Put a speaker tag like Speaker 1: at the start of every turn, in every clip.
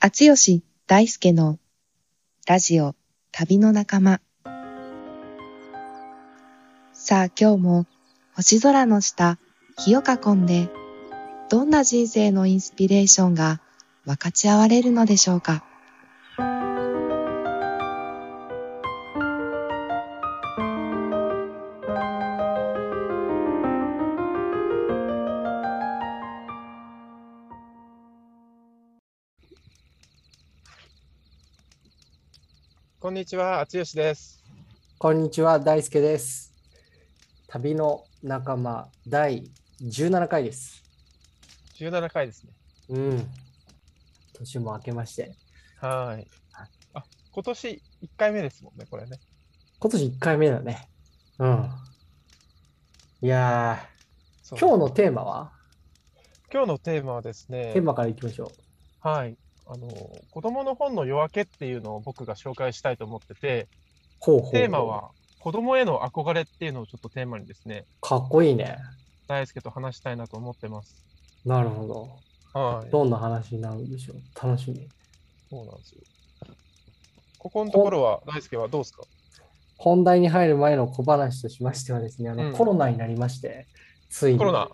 Speaker 1: 厚吉大輔のラジオ旅の仲間さあ今日も星空の下火を囲んでどんな人生のインスピレーションが分かち合われるのでしょうか
Speaker 2: こんにちは、あつよしです。
Speaker 3: こんにちは、大輔です。旅の仲間第17回です。
Speaker 2: 17回ですね。
Speaker 3: うん。年も明けまして、
Speaker 2: はーい。あ、今年1回目ですもんね、これね。
Speaker 3: 今年1回目だね。うん。いや
Speaker 2: そ
Speaker 3: ー、
Speaker 2: う
Speaker 3: 今日のテーマは、
Speaker 2: 今日のテーマはですね
Speaker 3: テー、マからいきましょ
Speaker 2: はい。あの、子供の本の夜明けっていうのを僕が紹介したいと思ってて、
Speaker 3: う。ほうほうほう
Speaker 2: テーマは子供への憧れっていうのをちょっとテーマにですね、
Speaker 3: かっこいいね。
Speaker 2: 大輔と話したいなと思ってます。
Speaker 3: なるほ
Speaker 2: はい
Speaker 3: ど。。どんな話になるんでしょう。楽しみ。
Speaker 2: そうなんですよ。ここのところは大輔はどうですか
Speaker 3: 本題に入る前の小話としましてはですね、あの、
Speaker 2: うん
Speaker 3: コロナになりまして、ついに。
Speaker 2: コロナ、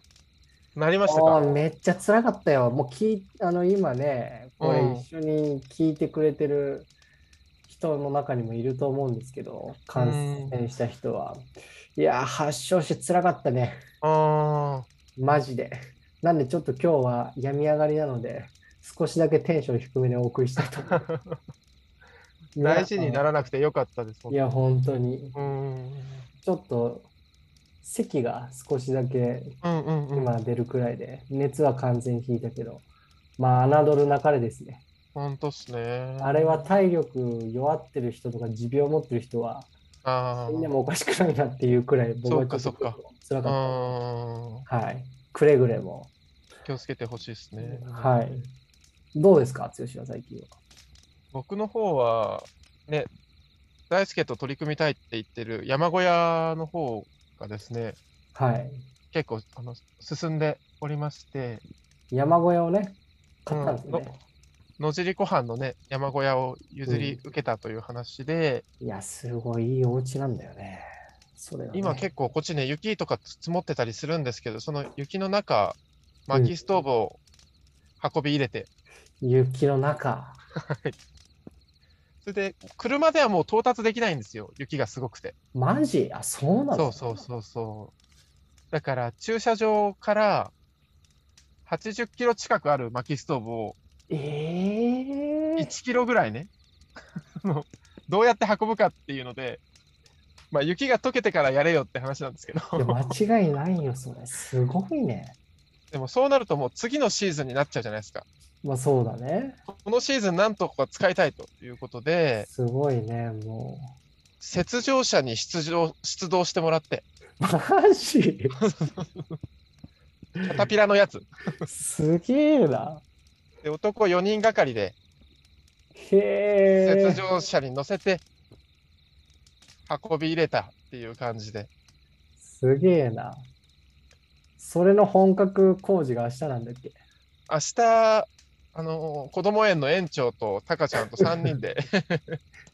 Speaker 2: なりました
Speaker 3: あ
Speaker 2: か
Speaker 3: ーめっちゃ辛かったよ。もう聞いあの今ね、これ
Speaker 2: うん
Speaker 3: 一緒に聞いてくれてる人の中にもいると思うんですけど、感染した人は。いやー、発症して辛かったね。
Speaker 2: あ
Speaker 3: マジで。なんでちょっと今日は病み上がりなので、少しだけテンション低めにお送りしたいと思 いま
Speaker 2: ー
Speaker 3: す。
Speaker 2: 大事にな
Speaker 3: ら
Speaker 2: らなくてよかったです。
Speaker 3: いや、本当に。
Speaker 2: うん
Speaker 3: ちょっと、咳が少しだけ
Speaker 2: うんうんうん。
Speaker 3: 今出るくらいで、熱は完全に引いたけど、まあ、侮るなかれですね。
Speaker 2: ほんとっすね。
Speaker 3: あれは体力弱ってる人とか持病持ってる人は
Speaker 2: あ
Speaker 3: みんな
Speaker 2: ー
Speaker 3: もおかしくないなっていうくらい僕はちょっ
Speaker 2: そ
Speaker 3: と
Speaker 2: っかそっ
Speaker 3: 辛
Speaker 2: う
Speaker 3: かっ
Speaker 2: ーん
Speaker 3: た。はい。くれぐれも。
Speaker 2: 気をつけてほしいですね。
Speaker 3: はい。どうですか、剛は最近は。
Speaker 2: 僕の方は、ね、大輔と取り組みたいって言ってる山小屋の方がですね、
Speaker 3: はい。
Speaker 2: 結構あの進んでおりまして、
Speaker 3: 山小屋をね、買ったんですよ
Speaker 2: うん
Speaker 3: ね。
Speaker 2: 野尻湖畔のね、山小屋を譲り受けたという話で、
Speaker 3: いや、すごいいいお家なんだよね。それがね
Speaker 2: 今結構こっちね、雪とか積もってたりするんですけど、その雪の中、薪ストーブを運び入れて、
Speaker 3: 雪の中。
Speaker 2: それで、車ではもう到達できないんですよ、雪がすごくて。
Speaker 3: マジあ、そうな
Speaker 2: そ
Speaker 3: の
Speaker 2: うそうそうそう。だから、駐車場から80キロ近くある薪ストーブを
Speaker 3: ええー。
Speaker 2: 1キロぐらいね、 あのどうやって運ぶかっていうので、まあ、雪が溶けてからやれよって話なんですけど、
Speaker 3: いや間違いないよ、それ。すごいね。
Speaker 2: でもそうなるともう次のシーズンになっちゃうじゃないですか。
Speaker 3: まあそうだね。
Speaker 2: このシーズンなんとか使いたいということで、
Speaker 3: すごいね、もう。
Speaker 2: 雪上車に出場出動してもらって、
Speaker 3: マジ
Speaker 2: キャタピラのやつ。
Speaker 3: すげえな。
Speaker 2: で男4人がかりで
Speaker 3: へ
Speaker 2: 雪
Speaker 3: え。
Speaker 2: 上車に乗せて運び入れたっていう感じで、
Speaker 3: すげえな。それの本格工事が明日なんだっけ
Speaker 2: 明日あの子供園の園長とタカちゃんと3人 で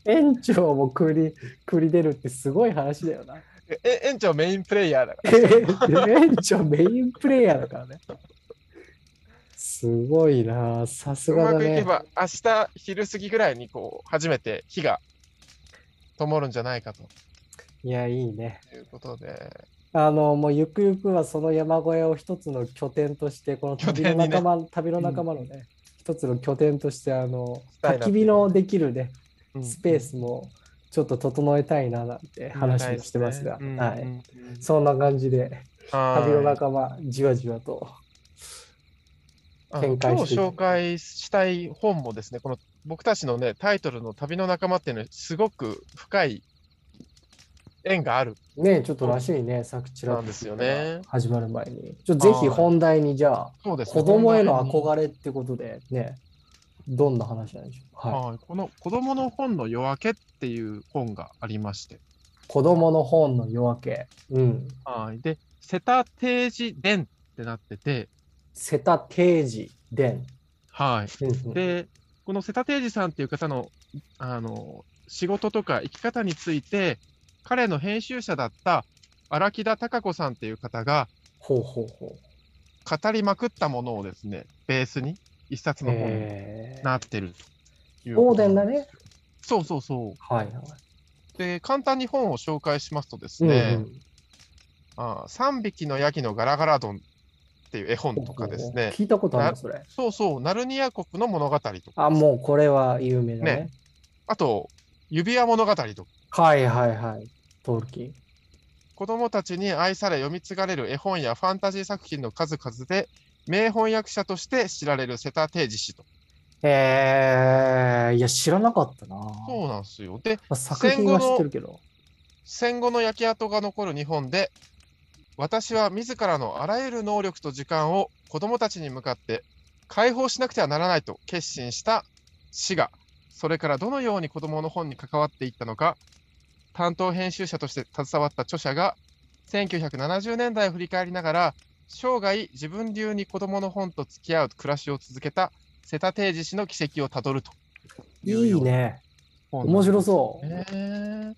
Speaker 3: 園長も繰り繰り出るってすごい話だよな。
Speaker 2: え園長メインプレイヤーだか
Speaker 3: 園長メインプレイヤーだからね。すごいな。さす
Speaker 2: らうま
Speaker 3: がだ
Speaker 2: くいけ
Speaker 3: ね。
Speaker 2: ば明日昼過ぎぐらいにこう初めて火が灯るんじゃないかと
Speaker 3: いや、いいね。
Speaker 2: いうことで
Speaker 3: あの、もうゆくゆくはその山小屋を一つの拠点として、この旅の仲間、旅の仲間のね、一つの拠点として、あの、
Speaker 2: したいなって
Speaker 3: 焚き
Speaker 2: いう
Speaker 3: 火のできるね、
Speaker 2: うん
Speaker 3: スペースもちょっと整えたいななんて話もしてますが、
Speaker 2: うん
Speaker 3: は
Speaker 2: う
Speaker 3: い、
Speaker 2: ん
Speaker 3: そんな感じで、
Speaker 2: はい
Speaker 3: 旅の仲間、じわじわと。
Speaker 2: あの
Speaker 3: 展開
Speaker 2: 今
Speaker 3: し
Speaker 2: 日
Speaker 3: ていく
Speaker 2: 紹介したい本もですね、この僕たちのね、タイトルの旅の仲間っていうのはすごく深い縁がある。
Speaker 3: ねえちょっとらしいね、さっきちらっと
Speaker 2: なんですよね
Speaker 3: 始まる前に。ちょぜひ本題に、じゃあ、
Speaker 2: そうですね
Speaker 3: 子供への憧れってことで、ね、どんな話なんでしょうか。はい
Speaker 2: はい、この子供の本の夜明けっていう本がありまして、
Speaker 3: 子供の本の夜明け。うん。
Speaker 2: はい、で、瀬田定時伝ってなってて、
Speaker 3: 瀬田定治伝。
Speaker 2: はい。
Speaker 3: うんうん
Speaker 2: で、この瀬田定治さんっていう方のあの仕事とか生き方について、彼の編集者だった荒木田孝子さんっていう方が
Speaker 3: ほうほうほ
Speaker 2: 語りまくったものをですね、ベースに一冊
Speaker 3: う。
Speaker 2: の本に
Speaker 3: えー
Speaker 2: なってるという
Speaker 3: オー
Speaker 2: こと
Speaker 3: デン
Speaker 2: な
Speaker 3: だ
Speaker 2: んです
Speaker 3: ね。
Speaker 2: そうそうそ
Speaker 3: はいは
Speaker 2: う。で、簡単に本を紹介しますとです
Speaker 3: い。
Speaker 2: ね、
Speaker 3: うんうん
Speaker 2: あー3匹のヤギのガラガラドンっていう絵本とかですね、
Speaker 3: 聞いたことあるのそれ。
Speaker 2: そうそう、ナルニア国の物語とか、
Speaker 3: あ、もうこれは有名だね。
Speaker 2: ねあと、指輪物語とか、
Speaker 3: はいはいはい。トールキン。
Speaker 2: 子供たちに愛され読み継がれる絵本やファンタジー作品の数々で、名翻訳者として知られる瀬田定治氏と。
Speaker 3: えー、いや、知らなかったな。
Speaker 2: そうなんですよ。で、
Speaker 3: まあ作品は知ってるけど。
Speaker 2: 戦後の焼け跡が残る日本で、私は自らのあらゆる能力と時間を子供たちに向かって解放しなくてはならないと決心した死が、それからどのように子供の本に関わっていったのか、担当編集者として携わった著者が、1970年代を振り返りながら、生涯自分流に子供の本と付き合う暮らしを続けた瀬田定治氏の軌跡をたどると
Speaker 3: い
Speaker 2: いうよ
Speaker 3: いう
Speaker 2: な
Speaker 3: ね。
Speaker 2: 本なん
Speaker 3: 面
Speaker 2: です
Speaker 3: 白そう。
Speaker 2: ね。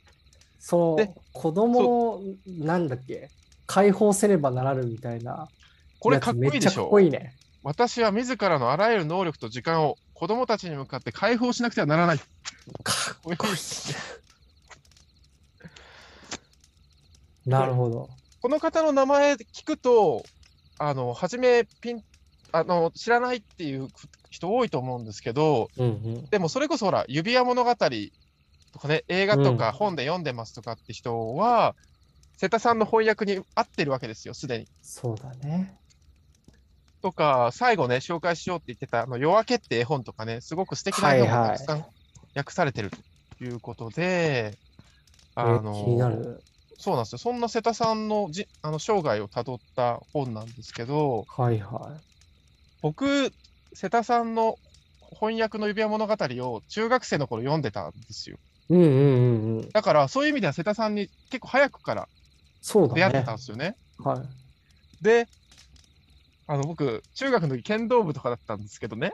Speaker 3: そ
Speaker 2: で
Speaker 3: う、子供の、なんだっけ、解放せねばならぬみたいな。
Speaker 2: これかっこいい
Speaker 3: やつ
Speaker 2: で
Speaker 3: めっ
Speaker 2: し
Speaker 3: ちゃかっ
Speaker 2: ょ
Speaker 3: こいいね。
Speaker 2: 私は自らのあらゆる能力と時間を子供たちに向かって解放しなくてはならない。
Speaker 3: かっ
Speaker 2: こいい
Speaker 3: こいい。なるほど。
Speaker 2: この方の名前聞くと、あの、初めピン、あの、知らないっていう人多いと思うんですけど、
Speaker 3: うんうん。
Speaker 2: でもそれこそほら、指輪物語とかね、映画と
Speaker 3: う
Speaker 2: か
Speaker 3: ん
Speaker 2: 本で読んでますとかって人は、瀬田さんの翻訳に合ってるわけですよ、すでに。
Speaker 3: そうだね。
Speaker 2: とか、最後ね、紹介しようって言ってた、あの夜明けって絵本とかね、すごく素敵な
Speaker 3: は
Speaker 2: 絵
Speaker 3: いはい
Speaker 2: 本がたくさん訳されてるということで、
Speaker 3: え
Speaker 2: あの
Speaker 3: 気になる。
Speaker 2: そうなんですよ。そんな瀬田さんのじあの生涯をたどった本なんですけど、
Speaker 3: はいは
Speaker 2: 僕、瀬田さんの翻訳の指輪物語を中学生の頃読んでたんですよ。
Speaker 3: い。うんうんうんうん。
Speaker 2: だから、そういう意味では瀬田さんに結構早くから
Speaker 3: そ
Speaker 2: 出
Speaker 3: う
Speaker 2: 会
Speaker 3: だ
Speaker 2: って
Speaker 3: ね
Speaker 2: たん。ですよね。
Speaker 3: はい。
Speaker 2: で、あの僕、中学の時剣道部とかだったんですけど ね、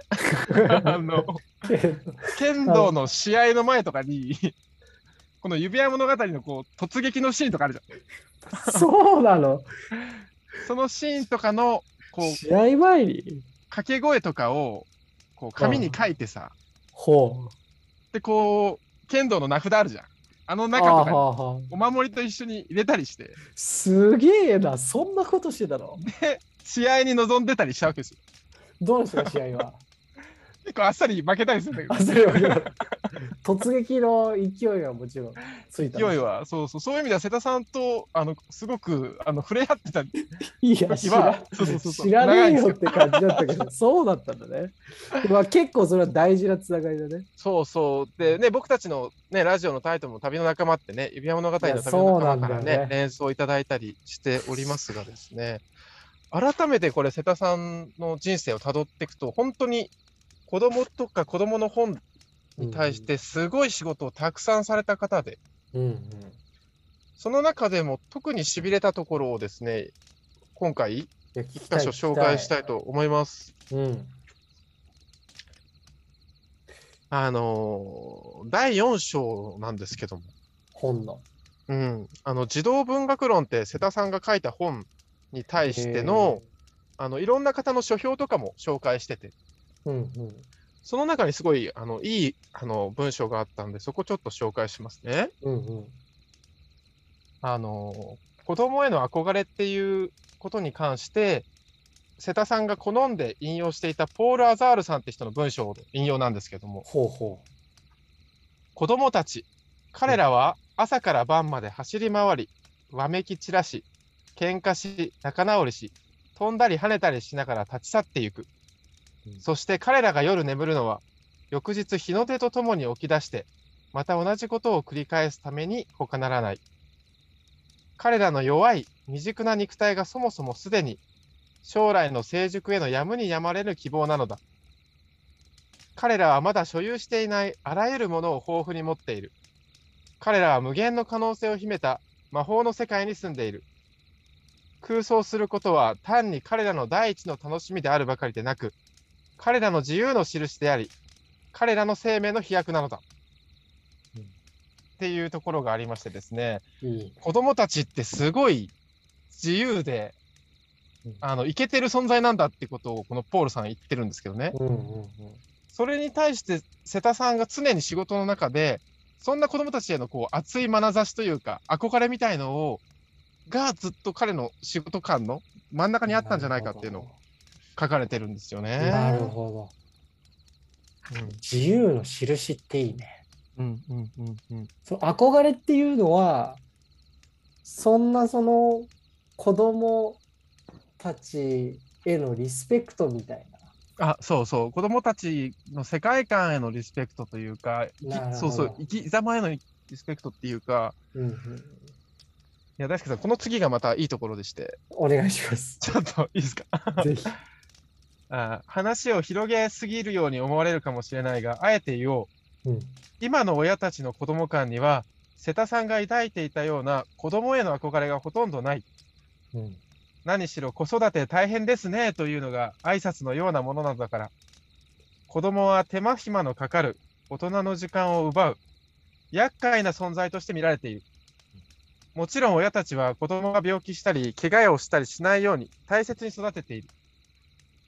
Speaker 2: あの剣道の試合の前とかに、 この指輪物語のこう突撃のシーンとかあるじゃん。
Speaker 3: そうなの。
Speaker 2: そのシーンとかのこう
Speaker 3: 試合前に。
Speaker 2: 掛け声とかをこう紙に書いてさ、
Speaker 3: ほう。
Speaker 2: で、こう、剣道の名札あるじゃん。あの中と
Speaker 3: あー
Speaker 2: かに
Speaker 3: はーはー
Speaker 2: お守りと一緒に入れたりして、
Speaker 3: すげえな、そんなことしてたの。
Speaker 2: 試合に臨んでたりしたわけですよ。
Speaker 3: どうでしたか、試合 は。
Speaker 2: 結構あっさり負けたりするんだけど
Speaker 3: あ、。それはよかった突撃の勢いはもちろんついた。
Speaker 2: 勢い。は、そうそう、そういう意味では瀬田さんと、あの、すごく、あの、触れ合ってた
Speaker 3: いや、
Speaker 2: 時
Speaker 3: 知
Speaker 2: は
Speaker 3: ら、
Speaker 2: そうそうそうそう、
Speaker 3: 知らねえ
Speaker 2: 長いん
Speaker 3: よ
Speaker 2: で
Speaker 3: っ
Speaker 2: す
Speaker 3: て感じだったけど、そうだったんだね。まあ結構それは大事なつながりだね。
Speaker 2: そうそう、でね、僕たちのね、ラジオのタイトルも旅の仲間ってね、指輪物語の旅の仲間から
Speaker 3: いやそうなんだよ
Speaker 2: ね、
Speaker 3: ね
Speaker 2: 連想いただいたりしておりますがですね、改めてこれ、瀬田さんの人生をたどっていくと、本当に子供とか子供の本に対して、すごい仕事をたくさんされた方で、
Speaker 3: うんうん、
Speaker 2: その中でも特にしびれたところをですね、今回、
Speaker 3: いや聞き
Speaker 2: 一箇所紹介したいと思います。
Speaker 3: 聞きたい。うん。
Speaker 2: あのー第4章なんですけども、
Speaker 3: 本の。
Speaker 2: うん、あの児童文学論って瀬田さんが書いた本に対してのあのいろんな方の書評とかも紹介してて、
Speaker 3: へー。うんうん。
Speaker 2: その中にすごいあのいいあの文章があったんで、そこちょっと紹介しますね。
Speaker 3: うんうん。
Speaker 2: あの子供への憧れっていうことに関して、瀬田さんが好んで引用していたポール・アザールさんって人の文章の引用なんですけども、
Speaker 3: ほうほ
Speaker 2: 子供たち、彼らは朝から晩まで走り回り、わめき散らし、喧嘩し、仲直りし、飛んだり跳ねたりしながら立ち去っていく
Speaker 3: う。ん
Speaker 2: そして彼らが夜眠るのは、翌日日の出とともに起き出して、また同じことを繰り返すために他ならない。彼らの弱い、未熟な肉体がそもそもすでに、将来の成熟へのやむにやまれぬ希望なのだ。彼らはまだ所有していないあらゆるものを豊富に持っている。彼らは無限の可能性を秘めた魔法の世界に住んでいる。空想することは単に彼らの第一の楽しみであるばかりでなく、彼らの自由の印であり、彼らの生命の飛躍なのだ。
Speaker 3: うん
Speaker 2: っていうところがありましてですね、
Speaker 3: いい。
Speaker 2: 子供たちってすごい自由で
Speaker 3: うん、
Speaker 2: あの、いけてる存在なんだってことを、このポールさん言ってるんですけどね。
Speaker 3: うんうん
Speaker 2: それに対して瀬田さんが常に仕事の中でそんな子供たちへのこう熱い眼差しというか憧れみたいのをがずっと彼の仕事感の真ん中
Speaker 3: うん。
Speaker 2: にあったんじゃないかっていうのを書かれてるんですよね。
Speaker 3: なるほど。自由の印っていいね。
Speaker 2: うんうんうんうん
Speaker 3: その憧れっていうのは、そんなその子供たちへのリスペクトみたいな。
Speaker 2: あそうそう子供たちの世界観へのリスペクトというか生き
Speaker 3: なるほど
Speaker 2: そうそう生きざまへのリスペクトっていうか
Speaker 3: うんうん、
Speaker 2: いや大輔さんこの次がまたいいところでして
Speaker 3: お願いします。
Speaker 2: ちょっといいですか
Speaker 3: ぜひ。
Speaker 2: あー話を広げすぎるように思われるかもしれないが、あえて言おう。
Speaker 3: うん
Speaker 2: 今の親たちの子供感には、瀬田さんが抱いていたような子供への憧れがほとんどない。
Speaker 3: うん
Speaker 2: 何しろ子育て大変ですねというのが挨拶のようなものなのだから。子供は手間暇のかかる大人の時間を奪う。厄介な存在として見られている。もちろん親たちは子供が病気したり、怪我をしたりしないように大切に育てている。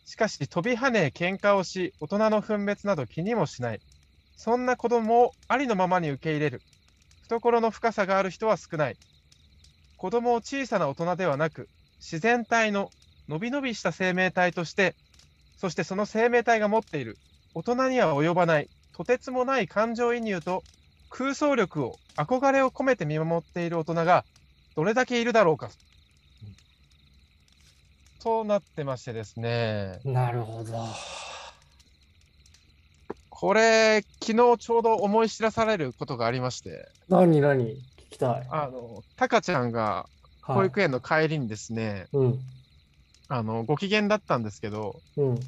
Speaker 2: しかし、飛び跳ね喧嘩をし、大人の分別など気にもしない。そんな子供をありのままに受け入れる。懐の深さがある人は少ない。子供を小さな大人ではなく、自然体ののびのびした生命体として、そしてその生命体が持っている大人には及ばないとてつもない感情移入と空想力を憧れを込めて見守っている大人がどれだけいるだろうか。となってましてですね、
Speaker 3: なるほど。
Speaker 2: これ、昨日ちょうど思い知らされることがありまして、
Speaker 3: 何何聞きたい。
Speaker 2: あの、タカちゃんが保育園の帰りにですね、
Speaker 3: うん
Speaker 2: あの、ご機嫌だったんですけど、
Speaker 3: うん。
Speaker 2: ち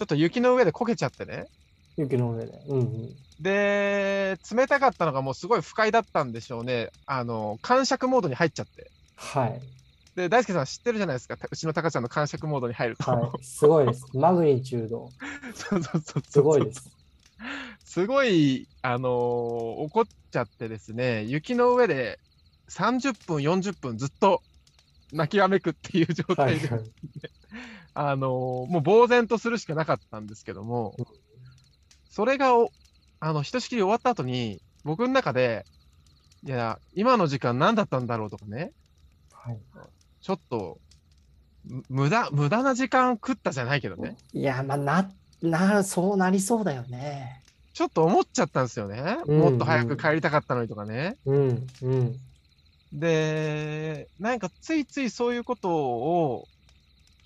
Speaker 2: ょっと雪の上でこけちゃってね、
Speaker 3: 雪の上で。うんうん。
Speaker 2: で、冷たかったのがもうすごい不快だったんでしょうね。あの、感触モードに入っちゃって。
Speaker 3: はい。
Speaker 2: で、大輔さん知ってるじゃないですか。たうちのタカちゃんの感触モードに入ると。
Speaker 3: はい。すご いです。マグニチュード。
Speaker 2: そうそうそうそう
Speaker 3: すごいです。
Speaker 2: すごい、あのー怒っちゃってですね、雪の上で30分、40分ずっと泣きわめくっていう状
Speaker 3: は
Speaker 2: 態
Speaker 3: い
Speaker 2: で、
Speaker 3: はい。
Speaker 2: あのーもう呆然とするしかなかったんですけども、それがお、あの、ひとしきり終わった後に、僕の中で、いや、今の時間何だったんだろうとかね、
Speaker 3: はい、
Speaker 2: ちょっと、む無駄、無駄な時間食ったじゃないけどね。
Speaker 3: いや、まあ、な、な、そうなりそうだよね。
Speaker 2: ちょっと思っちゃったんですよね。
Speaker 3: うん
Speaker 2: もっと早く帰りたかったのにとかね。
Speaker 3: うんうん。
Speaker 2: で、なんかついついそういうことを、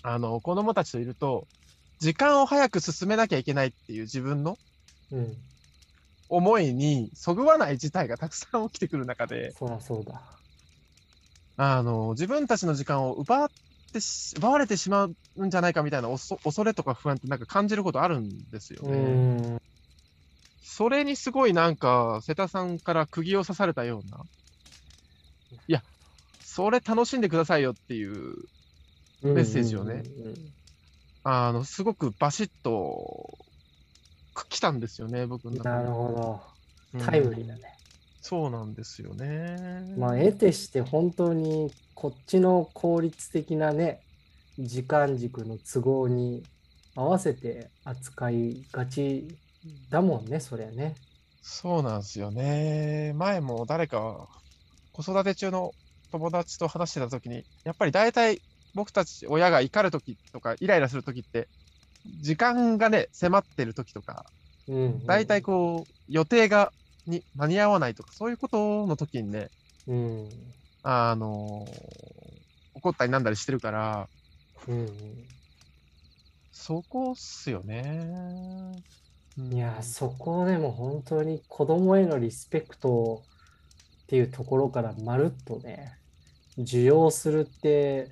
Speaker 2: あの、子供たちといると、時間を早く進めなきゃいけないっていう自分の
Speaker 3: うん。
Speaker 2: 思いにそぐわない事態がたくさん起きてくる中で、
Speaker 3: そらそうだ。
Speaker 2: あの、自分たちの時間を奪ってし、奪われてしまうんじゃないかみたいな恐恐れとか不安ってなんか感じることあるんですよ
Speaker 3: う
Speaker 2: ね。
Speaker 3: ん。
Speaker 2: それにすごいなんか、瀬田さんから釘を刺されたような。いや、それ楽しんでくださいよっていう、メッセージをねあの、すごくバシッと、く来たんですよね、僕
Speaker 3: う
Speaker 2: の
Speaker 3: ん。
Speaker 2: 中で
Speaker 3: なるほ
Speaker 2: うん
Speaker 3: ど。タイムリーだね。
Speaker 2: そうなんですよね。
Speaker 3: まあ、得てして本当にこっちの効率的なね、時間軸の都合に合わせて扱いがちだもんね、そりゃね。
Speaker 2: そうなんですよね。前も誰か、子育て中の友達と話してた時に、やっぱり大体僕たち親が怒る時とか、イライラする時って、時間がね、迫ってる時とか、
Speaker 3: うん。
Speaker 2: 大体こう、予定が、に間に合わないとか、そういうことの時にね、
Speaker 3: うん。
Speaker 2: あの怒ったりなんだりしてるから、
Speaker 3: うん。
Speaker 2: そこっすよね。うん
Speaker 3: いやー、そこをでも本当に子供へのリスペクトっていうところからまるっとね、受容するって、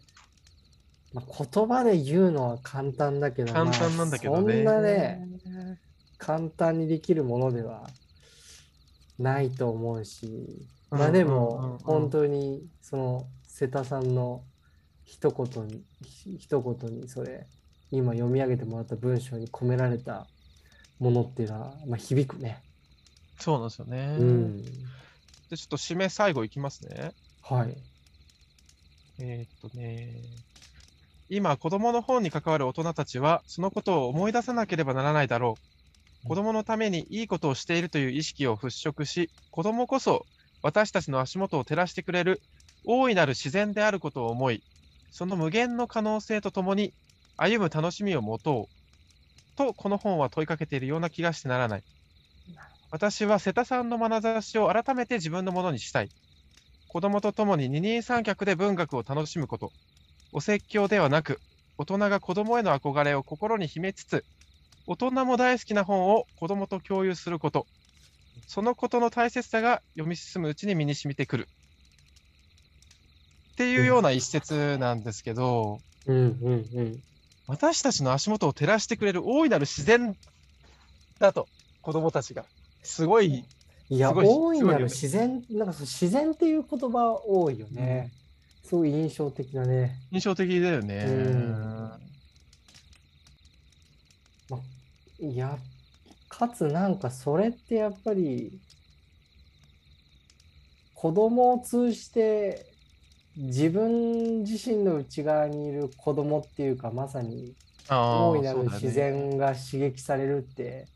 Speaker 3: まあ、言葉で言うのは簡単だけど、
Speaker 2: 簡単なんだけどね。
Speaker 3: まあそんなね、簡単にできるものではないと思うし、
Speaker 2: うん
Speaker 3: まあで
Speaker 2: うんうんうん
Speaker 3: も本当にその瀬田さんの一言にひ一言にそれ今読み上げてもらった文章に込められたものっていうのは、まあ、響くね。
Speaker 2: そうなんですよね。
Speaker 3: うん。
Speaker 2: で、ちょっと締め最後いきますね。
Speaker 3: はい。
Speaker 2: えーっとね、今、子供の方に関わる大人たちは、そのことを思い出さなければならないだろう。子供のためにいいことをしているという意識を払拭し、子供こそ私たちの足元を照らしてくれる大いなる自然であることを思い、その無限の可能性とともに歩む楽しみを持とう。と、この本は問いかけているような気がしてならない。私は瀬田さんの眼差しを改めて自分のものにしたい。子供と共に二人三脚で文学を楽しむこと。お説教ではなく、大人が子供への憧れを心に秘めつつ、大人も大好きな本を子供と共有すること。そのことの大切さが読み進むうちに身に染みてくる。っていうような一節なんですけど、
Speaker 3: うんうんうん。
Speaker 2: 私たちの足元を照らしてくれる大いなる自然だと、子供たちが。すごい
Speaker 3: いや、
Speaker 2: すごい
Speaker 3: 大い
Speaker 2: すごい
Speaker 3: な
Speaker 2: よ
Speaker 3: る
Speaker 2: ね
Speaker 3: 自然、なんかその自然っていう言葉多いよね。すごい印象的だね。
Speaker 2: 印象的だよね。
Speaker 3: うんま、いや、かつなんかそれってやっぱり子供を通じて自分自身の内側にいる子供っていうかまさに
Speaker 2: あ
Speaker 3: 大
Speaker 2: ー
Speaker 3: いなる
Speaker 2: そうだよね
Speaker 3: 自然が刺激されるって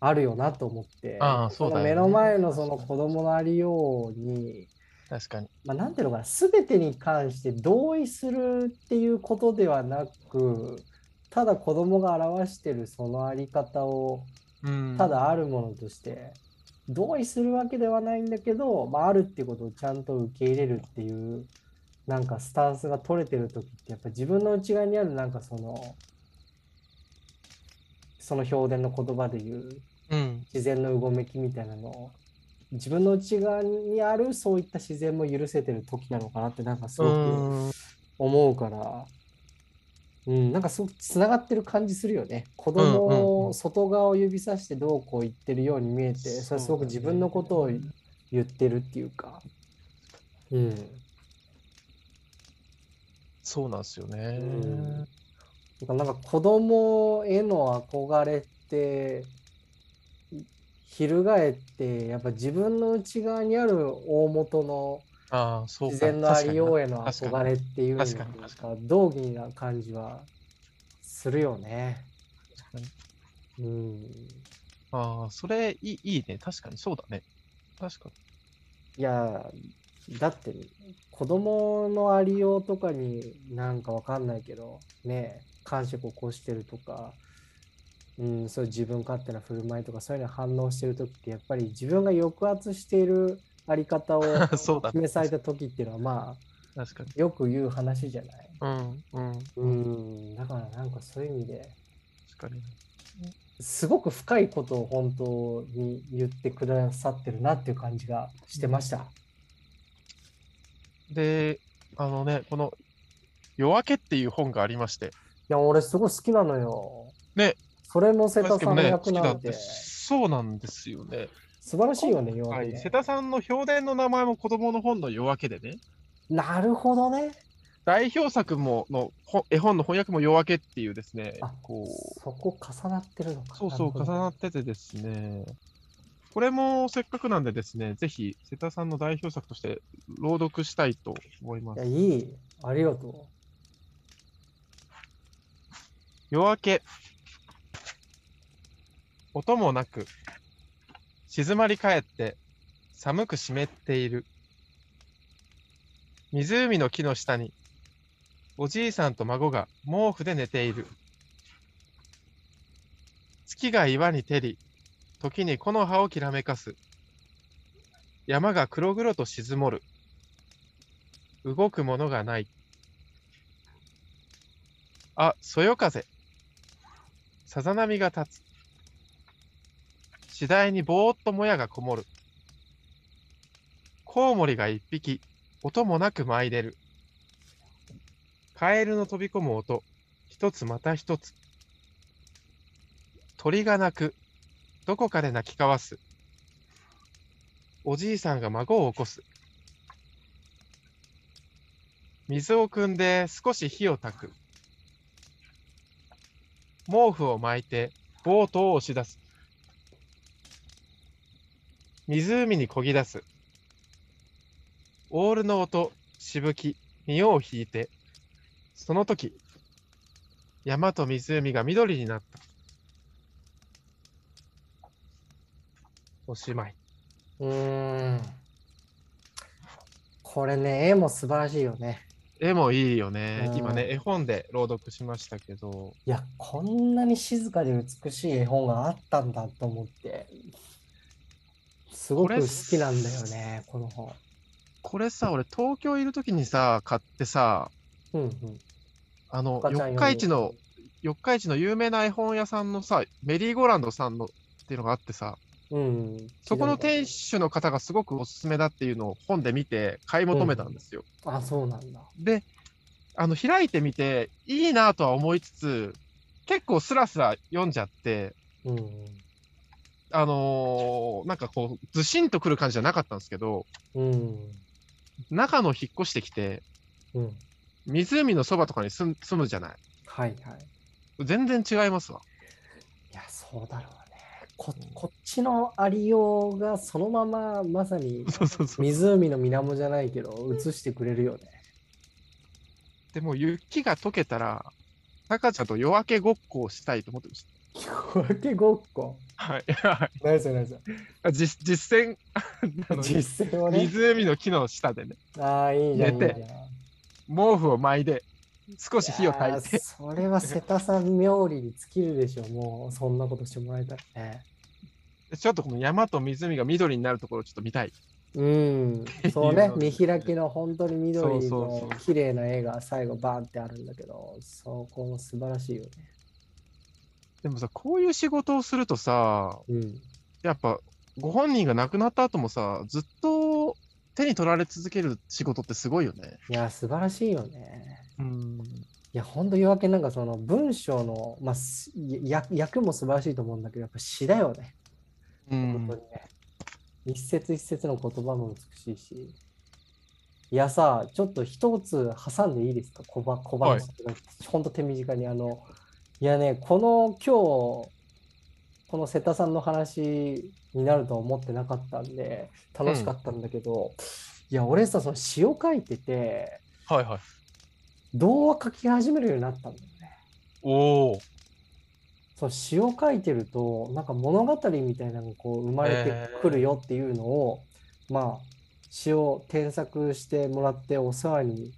Speaker 3: あるよなと思って、
Speaker 2: ああそうだよね
Speaker 3: の目の前のその子供のありように、
Speaker 2: 確かに。
Speaker 3: まあ、なんていうのかな、すべてに関して同意するっていうことではなく、ただ子供が表してるそのあり方を、
Speaker 2: うん
Speaker 3: ただあるものとして、同意するわけではないんだけど、まあ、あるってことをちゃんと受け入れるっていう、なんかスタンスが取れてる時って、やっぱ自分の内側にあるなんかその、その表現の言葉で言う、
Speaker 2: うん。
Speaker 3: 自然のうごめきみたいなのを自分の内側にあるそういった自然も許せてる時なのかなってなんかすごく
Speaker 2: うん
Speaker 3: 思うから、うんなんかすごくつながってる感じするよね子
Speaker 2: うんうんう
Speaker 3: 供
Speaker 2: ん
Speaker 3: を外側を指さしてどうこう言ってるように見えてそれすごく自分のことを言ってるっていうか、うん、
Speaker 2: そうなんですよね。
Speaker 3: うんだからなんか子供への憧れってい翻ってやっぱ自分の内側にある大元の
Speaker 2: ああ、そうか。
Speaker 3: 自然のありよう
Speaker 2: や。
Speaker 3: への
Speaker 2: 確かに
Speaker 3: 憧れっていうの
Speaker 2: 確かに
Speaker 3: なん
Speaker 2: 確か
Speaker 3: か道義な感じはするよね。
Speaker 2: 確かに
Speaker 3: うん、
Speaker 2: ああ、それいいいいね。確かにそうだね。確か
Speaker 3: いやだって子供のありようとかになんかわかんないけどね感触を起こしてるとか、うん、そういう自分勝手な振る舞いとかそういうのに反応してる時ってやっぱり自分が抑圧しているあり方を
Speaker 2: に。 そうだね。
Speaker 3: 示された時っていうのはまあ
Speaker 2: 確かに。
Speaker 3: よく言う話じゃない。
Speaker 2: うん。うん。
Speaker 3: うん、だからなんかそういう意味で。
Speaker 2: 確かに。
Speaker 3: すごく深いことを本当に言ってくださってるなっていう感じがしてました。
Speaker 2: で、あのね、この、夜明けっていう本がありまして。
Speaker 3: いや、俺すごい好きなのよ。
Speaker 2: ね。
Speaker 3: それも瀬田
Speaker 2: け
Speaker 3: さんの
Speaker 2: ね、
Speaker 3: 役なんて、
Speaker 2: そうなんですよね。
Speaker 3: 素晴らしいよね、要は
Speaker 2: は
Speaker 3: ね
Speaker 2: い。瀬田さんの評伝の名前も子供の本の夜明けでね。
Speaker 3: なるほどね。
Speaker 2: 代表作ものほ絵本の翻訳も夜明けっていうですね
Speaker 3: あ、
Speaker 2: こう
Speaker 3: そこ重なってるのか。
Speaker 2: そうそう重な
Speaker 3: っ
Speaker 2: っててですね、これもせっかくなんでですね、ぜひ瀬田さんの代表作として朗読したいと思いま
Speaker 3: い
Speaker 2: す
Speaker 3: や、。いい。ありがと
Speaker 2: 夜明け、音もなく、静まり返って、寒く湿っている。湖の木の下に、おじいさんと孫が毛布で寝ている。月が岩に照り、時に木の葉をきらめかす。山が黒々と沈もる。動くものがない。あ、そよ風。さざ波が立つ。次第にぼーっともやがこもる。コウモリが一匹、音もなく舞い出る。カエルの飛び込む音、一つまた一つ。鳥が鳴く、どこかで鳴き交わす。おじいさんが孫を起こす。水を汲んで少し火を焚く。毛布を巻いてボートを押し出す。湖に漕ぎ出す。オールの音、しぶき、身を引いて、その時、山と湖が緑になった。おしまい。
Speaker 3: うーん。これね、絵も素晴らしいよね。
Speaker 2: 絵もいいよね
Speaker 3: う。ん
Speaker 2: 今ね、絵本で朗読しましたけど、
Speaker 3: いや、こんなに静かで美しい絵本があったんだと思って、すご
Speaker 2: こ
Speaker 3: く
Speaker 2: れ
Speaker 3: 好きなんだよね、この本。
Speaker 2: これさ、俺東京いる時にさ、買ってさ、
Speaker 3: うんうん。
Speaker 2: あの、
Speaker 3: 赤ちゃ
Speaker 2: 四
Speaker 3: ん用
Speaker 2: 日市の、四日市の有名な絵本屋さんのさ、メリーゴーランドさんのっていうのがあってさ、
Speaker 3: うんうん。
Speaker 2: そこの
Speaker 3: 聞い
Speaker 2: 店主の方がすごくおすすめだっていうのを本で見て買い求めたんですよ。
Speaker 3: たことあるあ、そうなんだ。
Speaker 2: で、あの、開いてみて、いいなとは思いつつ、結構スラスラ読んじゃって、
Speaker 3: うん
Speaker 2: あのーなんかこう、ずしんとくる感じじゃなかったんですけど、
Speaker 3: うん。うん
Speaker 2: 中野引っ越してきて、
Speaker 3: うん。
Speaker 2: 湖のそばとかに住む住むじゃない。
Speaker 3: はいはい。
Speaker 2: 全然違いますわ。
Speaker 3: いや、そうだろうね。ここっちのありようがそのまままさに
Speaker 2: そうそうそう。
Speaker 3: 湖の水面じゃないけど映してくれるよね。
Speaker 2: でも雪が溶けたら、赤ちゃんと夜明けごっこをしたいと思ってまし
Speaker 3: 夜明けごっこ。
Speaker 2: た。はい。は
Speaker 3: 何それ何それ。
Speaker 2: い実実践、あの
Speaker 3: 実践をね。
Speaker 2: 湖の木の下でね、
Speaker 3: ああ、いいじゃん。いい
Speaker 2: 寝
Speaker 3: じゃ
Speaker 2: て
Speaker 3: ん
Speaker 2: 毛布を巻いて、少し火を
Speaker 3: い
Speaker 2: 焚
Speaker 3: や
Speaker 2: いて
Speaker 3: ー、それは瀬田さん冥利に尽きるでしょ、もうそんなことしてもらえたらね。
Speaker 2: ちょっとこの山と湖が緑になるところをちょっと見たい。
Speaker 3: うん、そうね、
Speaker 2: い
Speaker 3: 見
Speaker 2: いよ
Speaker 3: 開きの本当に緑
Speaker 2: そうそう
Speaker 3: の
Speaker 2: そう
Speaker 3: 綺麗な絵が最後バーンってあるんだけど、そこも素晴らしいよね。
Speaker 2: でもさ、こういう仕事をするとさ、
Speaker 3: うん、
Speaker 2: やっぱご本人が亡くなった後もさ、ずっと手に取られ続ける仕事ってすごいよね。
Speaker 3: いや、素晴らしいよね。
Speaker 2: うん。
Speaker 3: いや、本当夜明けなんかその文章の、まあ、すや役も素晴らしいと思うんだけど、やっぱ詩だよね。
Speaker 2: う
Speaker 3: 本
Speaker 2: ん
Speaker 3: 当にね。一節一節の言葉も美しいし。いやさ、ちょっと一つ挟んでいいですか小ば小話とかほんと手短に。あの、いやね、この今日、この瀬田さんの話になるとは思ってなかったんで、楽しかったんだけど、いや、俺さ、その詩を書いてて、
Speaker 2: はいはい。
Speaker 3: 童話書き始めるようになったんだよね。
Speaker 2: おお。
Speaker 3: そう詩を書いてるとなんか物語みたいなのがこう生まれてくるよっていうのを、まあ詩を添削してもらってお世話に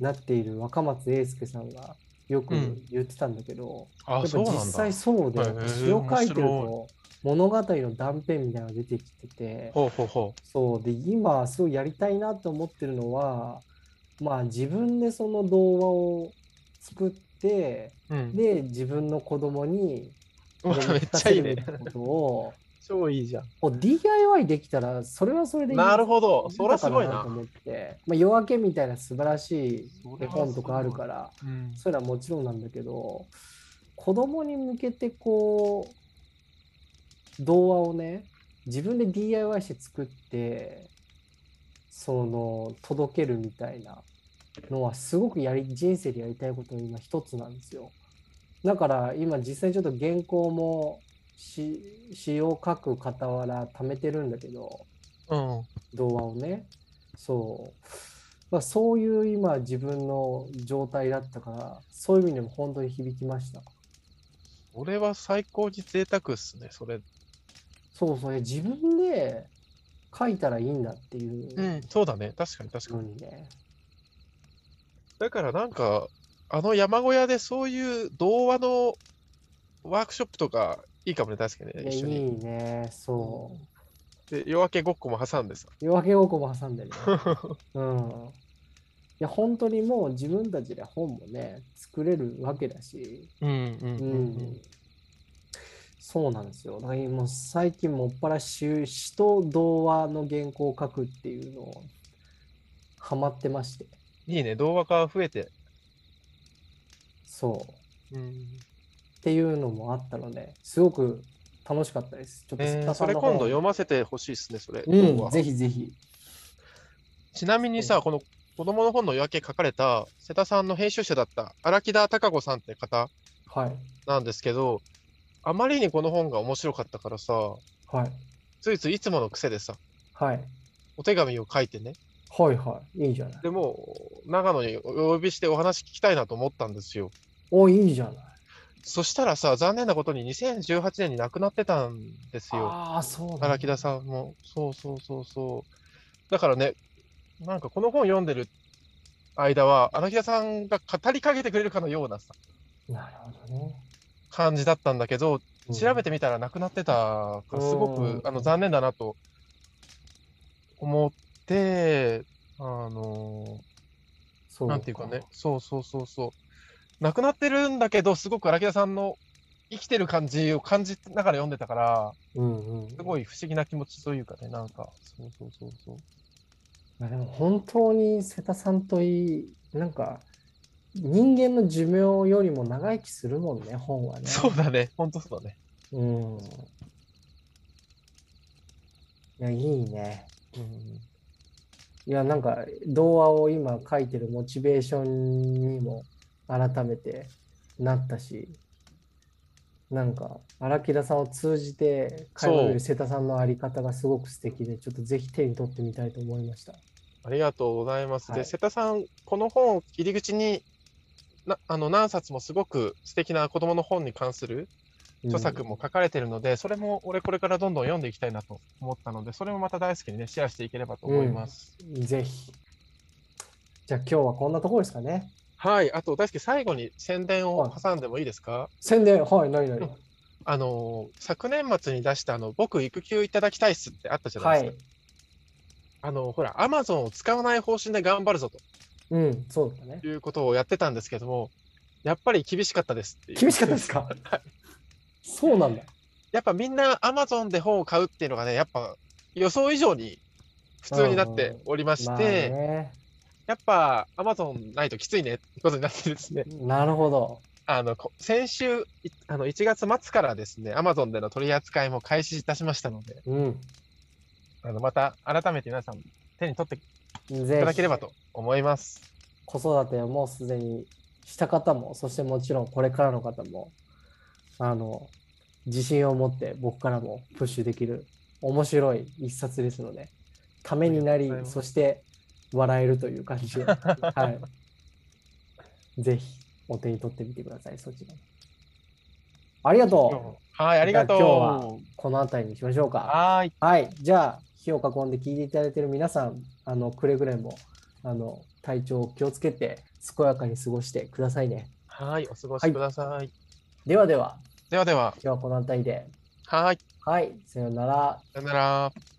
Speaker 3: なっている若松英介さんがよく
Speaker 2: うん
Speaker 3: 言ってたんだけど、や
Speaker 2: あ、
Speaker 3: っぱ
Speaker 2: そうな
Speaker 3: 実
Speaker 2: んだ。
Speaker 3: 際そうで
Speaker 2: へー
Speaker 3: 詩を書いてると
Speaker 2: 面
Speaker 3: 物語の断片みたいなのが出てきてて
Speaker 2: ほうほうほ
Speaker 3: そうで今すごいやりたいなと思ってるのはまあ自分でその童話を作って
Speaker 2: う。うん。
Speaker 3: で自分の子供に
Speaker 2: うわめっちゃいいね
Speaker 3: 読み聞かせるみた。なことを
Speaker 2: 超いいじゃん。
Speaker 3: もう DIY できたらそれはそれでいい
Speaker 2: なるほどそれはすごいな
Speaker 3: 豊かだと思って、まあ、夜明けみたいな素晴らし
Speaker 2: そ
Speaker 3: い絵
Speaker 2: れはすごい
Speaker 3: 本とかあるから
Speaker 2: うん
Speaker 3: そういうのはもちろんなんだけど子供に向けてこう童話をね自分で DIY して作ってその届けるみたいなのはすごくやり人生でやりたいことの今一つなんですよだから今実際にちょっと原稿も詩詩を書く傍ら貯めてるんだけど
Speaker 2: うん。
Speaker 3: 童話をねそう、まあ、そういう今自分の状態だったからそういう意味でも本当に響きました
Speaker 2: それは最高に贅沢っすね、それ。
Speaker 3: そうそういや自分で書いたらいいんだっていう
Speaker 2: うん、そうだね。確かに確か
Speaker 3: の
Speaker 2: に。
Speaker 3: にね、
Speaker 2: だからなんか、あの山小屋でそういう童話のワークショップとかいいかもね、確かにね。
Speaker 3: いやい
Speaker 2: 一緒に。
Speaker 3: いねそう
Speaker 2: で、夜明けごっこも挟んでさ。
Speaker 3: 夜明けごっこも挟ん でねうんいや本当にもう自分たちで本もね作れるわけだし
Speaker 2: うんうん
Speaker 3: うんそうなんですよ。だからもう最近もっぱら詩詩と童話の原稿を書くっていうのをハマってまして。
Speaker 2: いいね、童話化が増えて。
Speaker 3: そ
Speaker 2: う
Speaker 3: う。
Speaker 2: ん
Speaker 3: っていうのもあったので、すごく楽しかったです。ちょっと
Speaker 2: え
Speaker 3: ス
Speaker 2: ー
Speaker 3: タ
Speaker 2: それ今度読ませてほしいですね、それ。童
Speaker 3: うん、
Speaker 2: 話
Speaker 3: ぜひぜひ。
Speaker 2: ちなみにさ、この子供の本の夜明け書かれた瀬田さんの編集者だった荒木田孝子さんって方
Speaker 3: はい。
Speaker 2: なんですけど、あまりにこの本が面白かったからさ、
Speaker 3: はい。
Speaker 2: ついついいつもの癖でさ、
Speaker 3: はい。
Speaker 2: お手紙を書いてね。
Speaker 3: はいはい。いいじゃない。
Speaker 2: でも、長野にお呼びしてお話聞きたいなと思ったんですよ。
Speaker 3: お、いいじゃない。
Speaker 2: そしたらさ、残念なことに2018年に亡くなってたんですよ。
Speaker 3: ああ、そうだ。
Speaker 2: 荒木田さんも。そうそうそうそう。だからね、なんかこの本読んでる間は、荒木田さんが語りかけてくれるかのようなさ
Speaker 3: なるほどね。
Speaker 2: 感じだったんだけど、
Speaker 3: うん
Speaker 2: 調べてみたらなくなってたから、すご
Speaker 3: うん
Speaker 2: くあの残念だなと思って、あの
Speaker 3: そ
Speaker 2: なんていうかね、そうそうそうそう。亡くなってるんだけど、すごく荒木田さんの生きてる感じを感じながら読んでたから、
Speaker 3: うんうん。
Speaker 2: すご
Speaker 3: い。
Speaker 2: い不思議な気持ちというかね、なんか、そうそうそうそう。
Speaker 3: でも本当に瀬田さんといい、なんか、人間の寿命よりも長生きするもんね、本はね。
Speaker 2: そうだね、 本当そうだね。
Speaker 3: うん。いや、いいね。
Speaker 2: うん、
Speaker 3: いや、なんか、童話を今書いてるモチベーションにも改めてなったし、なんか、荒木田さんを通じて会話を見る瀬田さんのあり方がすごく素敵で、ちょっとぜひ手に取ってみたいと思いました。
Speaker 2: ありがとうございます。
Speaker 3: は
Speaker 2: で、
Speaker 3: い
Speaker 2: 瀬田さん、この本を入り口に、なあの何冊もすごく素敵な子供の本に関する著作も書かれてるので、それも俺これからどんどん読んでいきたいなと思ったので、それもまた大好きにね、シェアしていければと思います。
Speaker 3: うん、ぜひ。じゃあ今日はこんなところですかね。
Speaker 2: はい、あと大輔、最後に宣伝を
Speaker 3: はい
Speaker 2: 挟んでもいいですか、
Speaker 3: 宣伝、はい、何々。
Speaker 2: あのー昨年末に出したあの僕、育休いただきたいっすってあったじゃな
Speaker 3: はい
Speaker 2: です
Speaker 3: い
Speaker 2: か。。あのほら、アマゾンを使わない方針で頑張るぞ
Speaker 3: うん、そうだね
Speaker 2: と。いうことをやってたんですけども、やっぱり厳しかったですっていう
Speaker 3: 厳しかったですかそうなんだ。
Speaker 2: やっぱみんなアマゾンで本を買うっていうのがね、やっぱ予想以上に普通になっておりまして、
Speaker 3: まあね。
Speaker 2: やっぱアマゾンないときついねってことになってですね、
Speaker 3: なるほど。
Speaker 2: あのこ先週、いあの1月末からですね、アマゾンでの取り扱いも開始いたしましたので、
Speaker 3: うん。
Speaker 2: あのまた改めて皆さん、手に取ってい
Speaker 3: ぜ
Speaker 2: ただければ
Speaker 3: ひ
Speaker 2: と思います。
Speaker 3: 子育てをもうすでにした方も、そしてもちろんこれからの方も、あの、自信を持って僕からもプッシュできる面白い一冊ですので、ためにな
Speaker 2: あり
Speaker 3: り
Speaker 2: がとうござい、ます
Speaker 3: そして笑えるという感じで、 はい。ぜひお手に取ってみてください、そちらも。ありがと
Speaker 2: はい、ありがとう。
Speaker 3: じゃあ今日う。この辺りにしましょうか。
Speaker 2: はーい。
Speaker 3: はい、じゃあ、火を囲んで聞いていただいている皆さん、あのくれぐれもあの体調を気をつけて、健やかに過ごしてくださいね。
Speaker 2: はい、お過ごしください。
Speaker 3: ではでは、
Speaker 2: ではでは、
Speaker 3: 今日はこの辺りで。
Speaker 2: はーい、
Speaker 3: はい、さようなら。
Speaker 2: さよなら。